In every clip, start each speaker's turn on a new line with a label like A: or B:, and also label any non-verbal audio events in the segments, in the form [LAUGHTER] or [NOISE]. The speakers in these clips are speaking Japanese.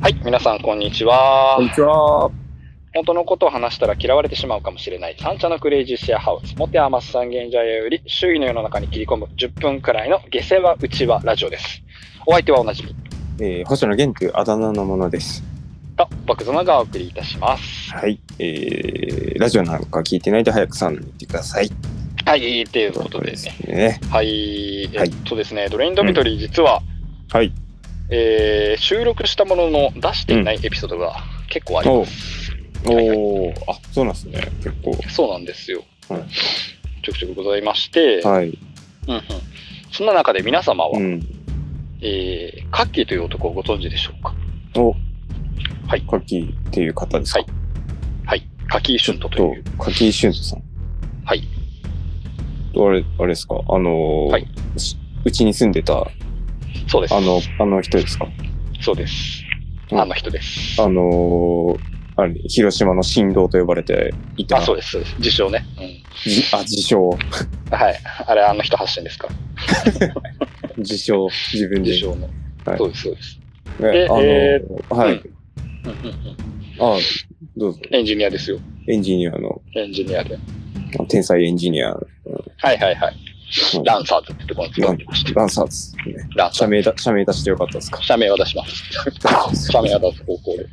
A: はい、皆さんこんにちは
B: こん。にちは。
A: 本当のことを話したら嫌われてしまうかもしれない、三茶のクレイジーシェアハウス、モテアマス三軒茶屋より、周囲の世の中に切り込む10分くらいの下世話うちわラジオです。お相手はおなじみ、
B: えー、星野源というあだ名のものです。
A: と、バクゾナがお送りいたします。
B: はい。えー、ラジオなんか聞いてないで早くサウナに行ってください。と
A: はい、という
B: いう
A: ことでね。
B: ね。
A: はい、え
B: はい
A: っとですね、ドレインドミトリー、実は、
B: はい。
A: えー収録したものの出していないエピソードが結構あり
B: お
A: ま
B: う
A: す。
B: おーあ、そうなんですね。結
A: そうなんですよ。
B: はい
A: ちょくちょくございまして、
B: 構。はい。
A: うんうん、そんな中で皆様は、
B: うん。
A: えーカッキーという男をご存知でしょうか
B: お、
A: はい
B: カキっていう方ですか。
A: はいはい。カキーシュントと
B: ちょ
A: い
B: っ
A: う。
B: と、カキシュントさん。
A: はい。
B: あれ、あれですかあのー
A: はい
B: しうちに住んでた、あ
A: そうです。
B: の、あの人ですか
A: そうです。
B: うん
A: あの人です。
B: あのーあれ、広島の神道と呼ばれていた。
A: あ、そう
B: う
A: です。そうです自称ね。
B: じあ、自称。
A: うん。はい。あれ、あの人発信ですから。
B: 自称。自分で。
A: 自称の。
B: はい
A: そうです、そうです。
B: ね
A: で
B: あの
A: え
B: は
A: う
B: い。
A: うんうんうん
B: あどうぞ。
A: エンジニアですよ。
B: エンジニアの、
A: エンジニアで。
B: 天才エンジニア、
A: はいはいはい。
B: うん
A: ランサーズってところに使ってまして。
B: ランサーズ、ね。
A: ランサ
B: 社
A: ー
B: 名だ、社名出してよかったですか
A: ズ。社名は出し
B: [LAUGHS]
A: ます。社名は出す方向で。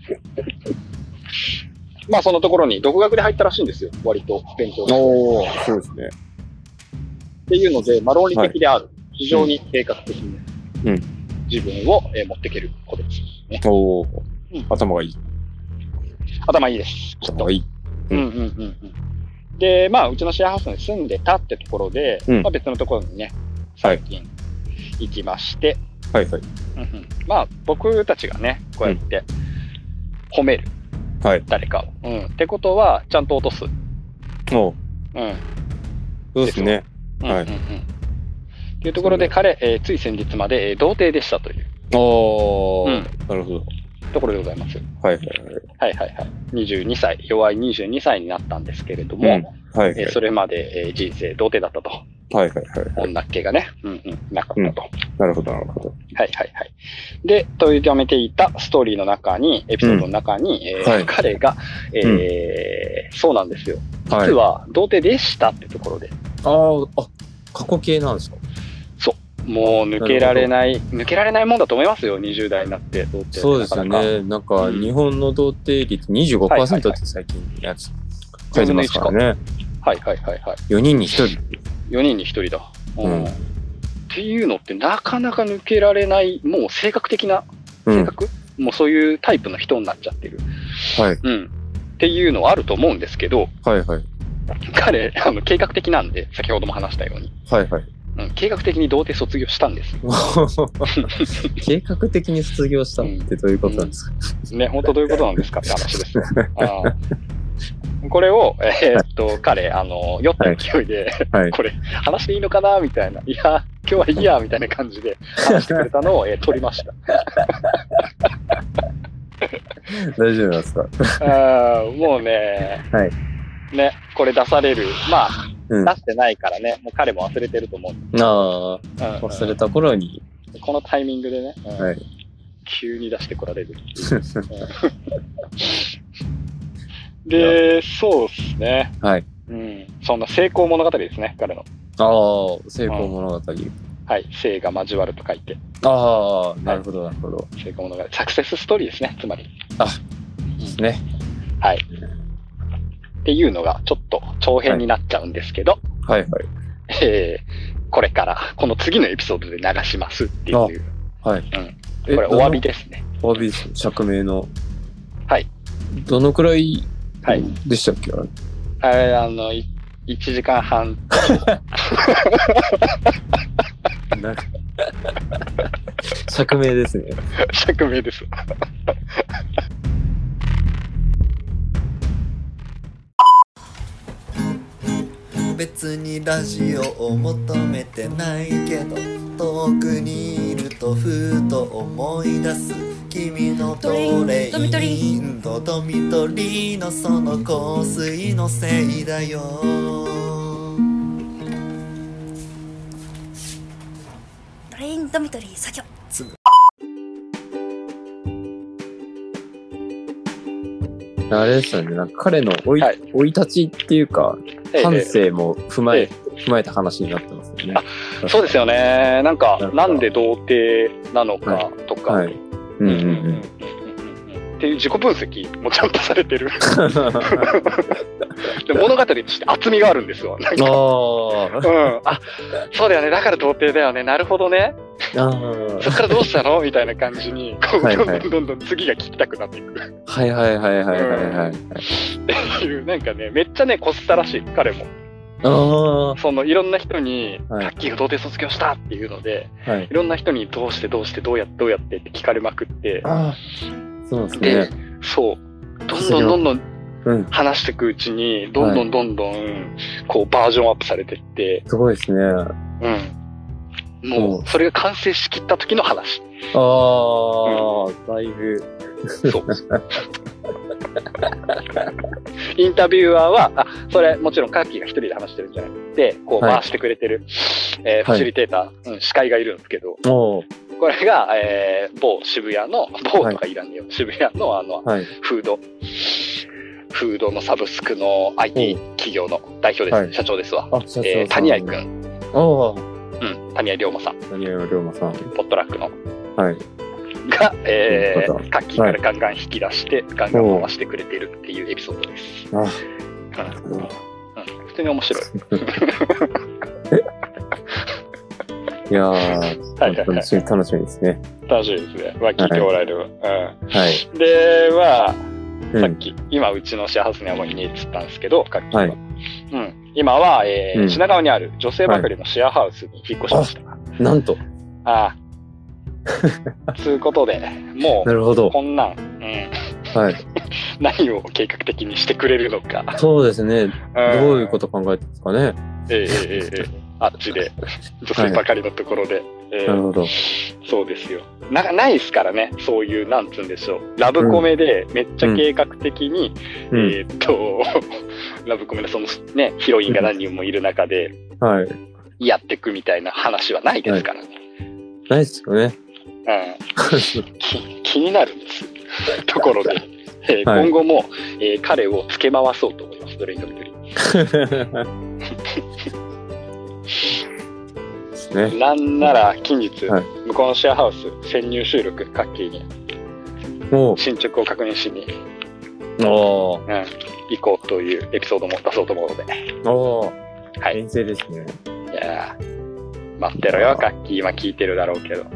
A: まあ、そのところに独学で入ったらしいんですよ。割と勉強が
B: おー、そうですね。
A: っていうので、まあ、論理的である。非常に計画的に
B: うん
A: 自分をえー持っていける子です。ね、
B: おー
A: うん、
B: 頭がいい。
A: 頭いいです。
B: 頭がいい。
A: う
B: うんん
A: うんうんうん。で、まあ、うちのシェアハウスに住んでたってところで、
B: うん
A: まあ、別のところにね、
B: は
A: 最
B: い
A: 近行きまして、
B: はいはい。
A: うんうんまあ、僕たちがね、こうやって褒める、
B: はい。
A: 誰かを、うん。ってことは、ちゃんと落とす。うん。
B: おー
A: うん
B: そうですね。
A: うんうん
B: はい
A: っていうところで、彼、えーつい先日まで、えー童貞でしたという
B: お
A: うん
B: ー、なるほど。
A: ところでございます。
B: はいはいはい。
A: はいはいはい。22歳、弱い22歳になったんですけれども、
B: うんはいはい
A: えーそれまで、えー人生童貞だったと。
B: はいはいはい。
A: 女っ気がね、うんうん、なかったと。
B: なるほどなるほど。
A: はいはいはい。で、取りためていたストーリーの中に、エピソードの中に、えー
B: はい
A: 彼が、えーそうなんですよ。
B: はい
A: 実。は、童貞でしたってところで、
B: あー、あ、過去形なんですか
A: もう抜けられない、抜けられないもんだと思いますよ、20代になって、童貞って
B: そうですよ
A: なかなか
B: ね。なん
A: か
B: か、日本の童貞率
A: はいはい
B: 25%
A: は
B: っ
A: い
B: て最近のやつ書いてますからね。
A: はいはいはいはい。
B: 4人に1人。
A: 4人に1人だ。うん
B: うん
A: っていうのって、なかなか抜けられない、もう性格的な
B: う
A: 性
B: ん。
A: 格、もうそういうタイプの人になっちゃってる。
B: はい。
A: うん。っていうのはあると思うんですけど、 [LAUGHS]
B: はいはい。
A: 彼、あの、計画的なんで、先ほども話したように。
B: はい [LAUGHS] はい。
A: うん、計画的に童貞卒業したんですよ。
B: 計画的に卒業したってどういうことなんですか、
A: ね、本当どういうことなんですかって話
B: [LAUGHS]
A: ですよ。あーこれを、えーっと、彼、あの、酔った勢いで、
B: はい
A: これ、話していいのかなみたいな、いや、今日はいいや、みたいな感じで話してくれたのを、えー撮りました。
B: 大丈夫なんですか
A: あーもうね、
B: はい
A: ね、これ出される。まあ、
B: うん。
A: 出
B: あ
A: してないからね、もう彼も忘れてると思う。
B: あ、
A: うんうん
B: 忘れた頃に。 [LAUGHS]
A: このタイミングでね、うん
B: はい
A: 急に出してこられる。で、そうですね。
B: はい。
A: うん。そんな成功物語ですね、彼の。
B: ああ、成功物語。
A: はい。性が交わると書いて、
B: ああ、なるほど、なるほど。
A: 成功物語。サクセスストーリーですね、つまり。
B: ですね。
A: はい。っていうのが、ちょっと長編になっちゃうんですけど、
B: はいはい。
A: えーこれから、この次のエピソードで流しますっていう、
B: はい。
A: これお詫びですね。
B: お詫びです。釈明の。
A: はい。
B: どのくらい
A: はい。
B: でしたっけ、あれ
A: あれ、あの、い1時間半
B: なんか釈明ですね。
A: 釈明です。
C: 別にラジオを求めてないけど遠くにいるとふと思い出す君のトレインドドミトリーのその香水のせいだよ
D: ドミトリー作業
C: つむ
B: あれですよね。なんか彼の生い,、
A: はい
B: 生い立ちっていうか、
A: ええ
B: 感性も踏まえ、
A: え
B: 踏まえた話になってますよね。
A: えそうですよね。なんか
B: なん、か
A: なんで童貞なのかとか。
B: はい。うんうん
A: うんうんうんっていう自己分析もちゃんとされてる
B: [LAUGHS] うん。
A: で物語として厚みがあるんですよなんか
B: あー
A: うん、あそうだよねだから童貞だよねなるほどね
B: あ
A: そ
B: ー。
A: っからどうしたのみたいな感じにこう
B: はい
A: どん
B: は
A: ど
B: い
A: んどんどん次が聞きたくなっていくっ
B: はいはいはいはいはいはい。
A: ていうなんかねめっちゃねこっさらしい彼も
B: あ
A: そのいろんな人に「
B: はい
A: タッキーが童貞卒業した!」っていうので
B: あ。はい。
A: いろんな人にどうしてどうしてどうやってどうやってって聞かれまくって
B: ああ。そうです
A: で
B: ね。
A: そうどんどんどんどん
B: うん。
A: 話していくうちに、どんどんどんどん、こう、バージョンアップされてって、
B: すごいですね。あ
A: うん。も
B: う
A: う、それが完成しきった時の話。
B: あ、だいぶ。
A: そう。インタビュアーは、あ、それ、もちろんカッキーが一人で話してるんじゃなくて、こう、
B: はい
A: 回してくれてる、えーファシリテーター、うん、司会がいるんですけど、
B: おう
A: これが、えー某渋谷の、某とかいらんねよ、渋谷の、あの、
B: はい。
A: フード、フードのサブスクの IT 企業の代表です、
B: はい
A: 社長ですわ。
B: あ、社長さん。
A: えー谷合くん、
B: あ
A: うん、谷合龍馬さん、
B: あ。谷合龍馬さん。
A: ポットラックの、
B: はい。
A: が、え
B: そうい
A: ー、
B: うこ
A: カッキーからガンガン引き出して、ガンガン回してくれてるっていうエピソードです。
B: あ
A: うんうん普通に面白い。
B: いやー、
A: はいはいはい
B: 楽しみ、楽しみですね。
A: 楽しいですね。まあ、聞いてもらえる。
B: はい。
A: うん、で、まあ、
B: うん
A: さっき、今、うちのシェアハウスにはもう2つったんですけど、カッキーは。
B: はい
A: うん、今は、えー
B: うん
A: 品川にある女性ばかりのシェアハウスに引っ越しました。
B: なんと。
A: あ
B: [LAUGHS]
A: あ。つうことで、も
B: なるほ
A: う、
B: ど。
A: こんなん、うん、
B: はい。
A: 何を計画的にしてくれるのか。
B: そうですね。
A: ん
B: どういうこと考えてますかね。
A: ええええええあっちで、女性ばかりのところで、ええ
B: なるほど。
A: そうですよな。ないですからね、そういう、なんつうんでしょう、ラブコメでめっちゃ計画的に、
B: う
A: え
B: ん。
A: ーっと、 [LAUGHS] ラブコメのそのね、ヒロインが何人もいる中で、
B: はい。
A: やっていくみたいな話はないですからね。
B: ないですよね。
A: うん、き [LAUGHS] 気になるんです、ところで。えー
B: は
A: 今
B: い
A: 後も、えー彼をつけ回そうと思います、ドレインドミトリ
B: ですね。
A: なんなら近日、
B: はい
A: 向こうのシェアハウス潜入収録、カッキーに
B: も
A: 進捗を確認しに
B: う、おー
A: 行こうというエピソードも出そうと思うので、
B: お
A: は
B: ー
A: い
B: 遠征ですね。
A: いやー待ってろよ、カッキー、今聞いてるだろうけ
B: [LAUGHS]
A: ど。こ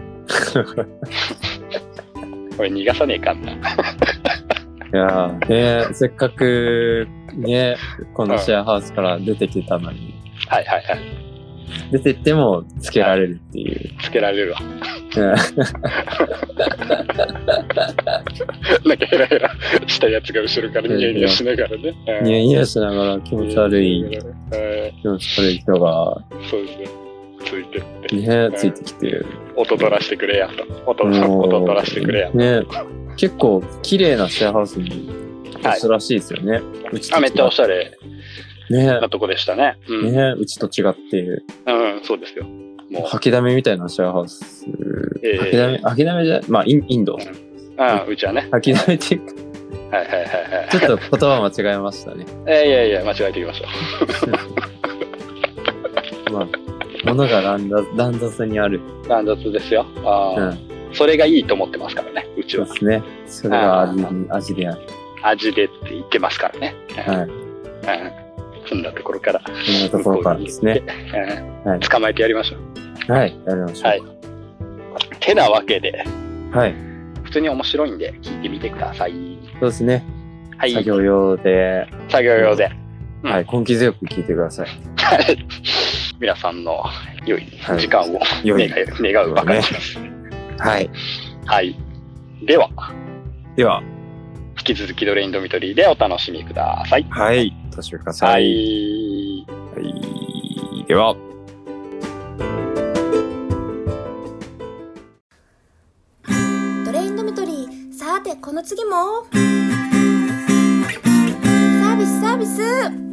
A: れ逃がさねえかんな。
B: いやーねせっかく、ねこのシェアハウスから出てきてたのに、
A: はいはいはい。
B: 出てってもつけられるっていう。
A: つけられるわ。
B: ね
A: なんかヘラヘラしたやつが後ろからニヤニヤしながらね。
B: ニヤニヤしながら気
A: うん
B: 持ち悪
A: ニ
B: い、
A: ヤニヤしながらね
B: 気持ち悪い人
A: う
B: が、
A: んそうですね。ついてって。
B: ねついてきて。
A: 音取らしてくれやと。音
B: もう
A: 音取らしてくれや。
B: ね結構綺麗なシェアハウスに
A: はい
B: したらしいですよね。うちと
A: あ、めっちゃお
B: 違
A: しゃれ
B: ね
A: なとこでしたね。うん。
B: ねうちと違って、
A: うん、そうですよ。も
B: 吐きだめみたいなシェアハウス。
A: ええ
B: 吐きだめ、吐きだめじゃ、まあインインド。
A: う、あうちはね。
B: 吐きだめっていうか、
A: はいはいはいはい。
B: ちょっと言葉間違えまし
A: [LAUGHS]
B: たね。
A: えいやいや、間違えてきました。
B: まあ、物が乱雑乱雑にある。
A: 乱雑ですよ。あ
B: う
A: ー
B: ん。
A: それがいいと思ってますからね、うち
B: そう
A: は
B: で。すね。それが味に味である。
A: 味でって言ってますからね。
B: はい。
A: うん。そんなところから、
B: そんなところからですね。
A: うん
B: はい
A: 捕まえてやりましょう。
B: はい。やりましょ。
A: はいうてなわけで、
B: はい。
A: 普通に面白いんで、聞いてみてください。
B: そうですね。
A: はい。
B: 作業用で、
A: 作業用で。うん
B: はい。根気強く聞いてください。
A: はい皆さんの良い時間を
B: 良
A: 願
B: い
A: い、願うばかりです。
B: はい。
A: はい。では、
B: では、
A: 引き続きドレインドミトリーでお楽しみください。
B: はい。お楽しみくだ
A: は
B: さい。
A: い。
B: はい。では。
D: ドレインドミトリーさてこの次もサービスサービス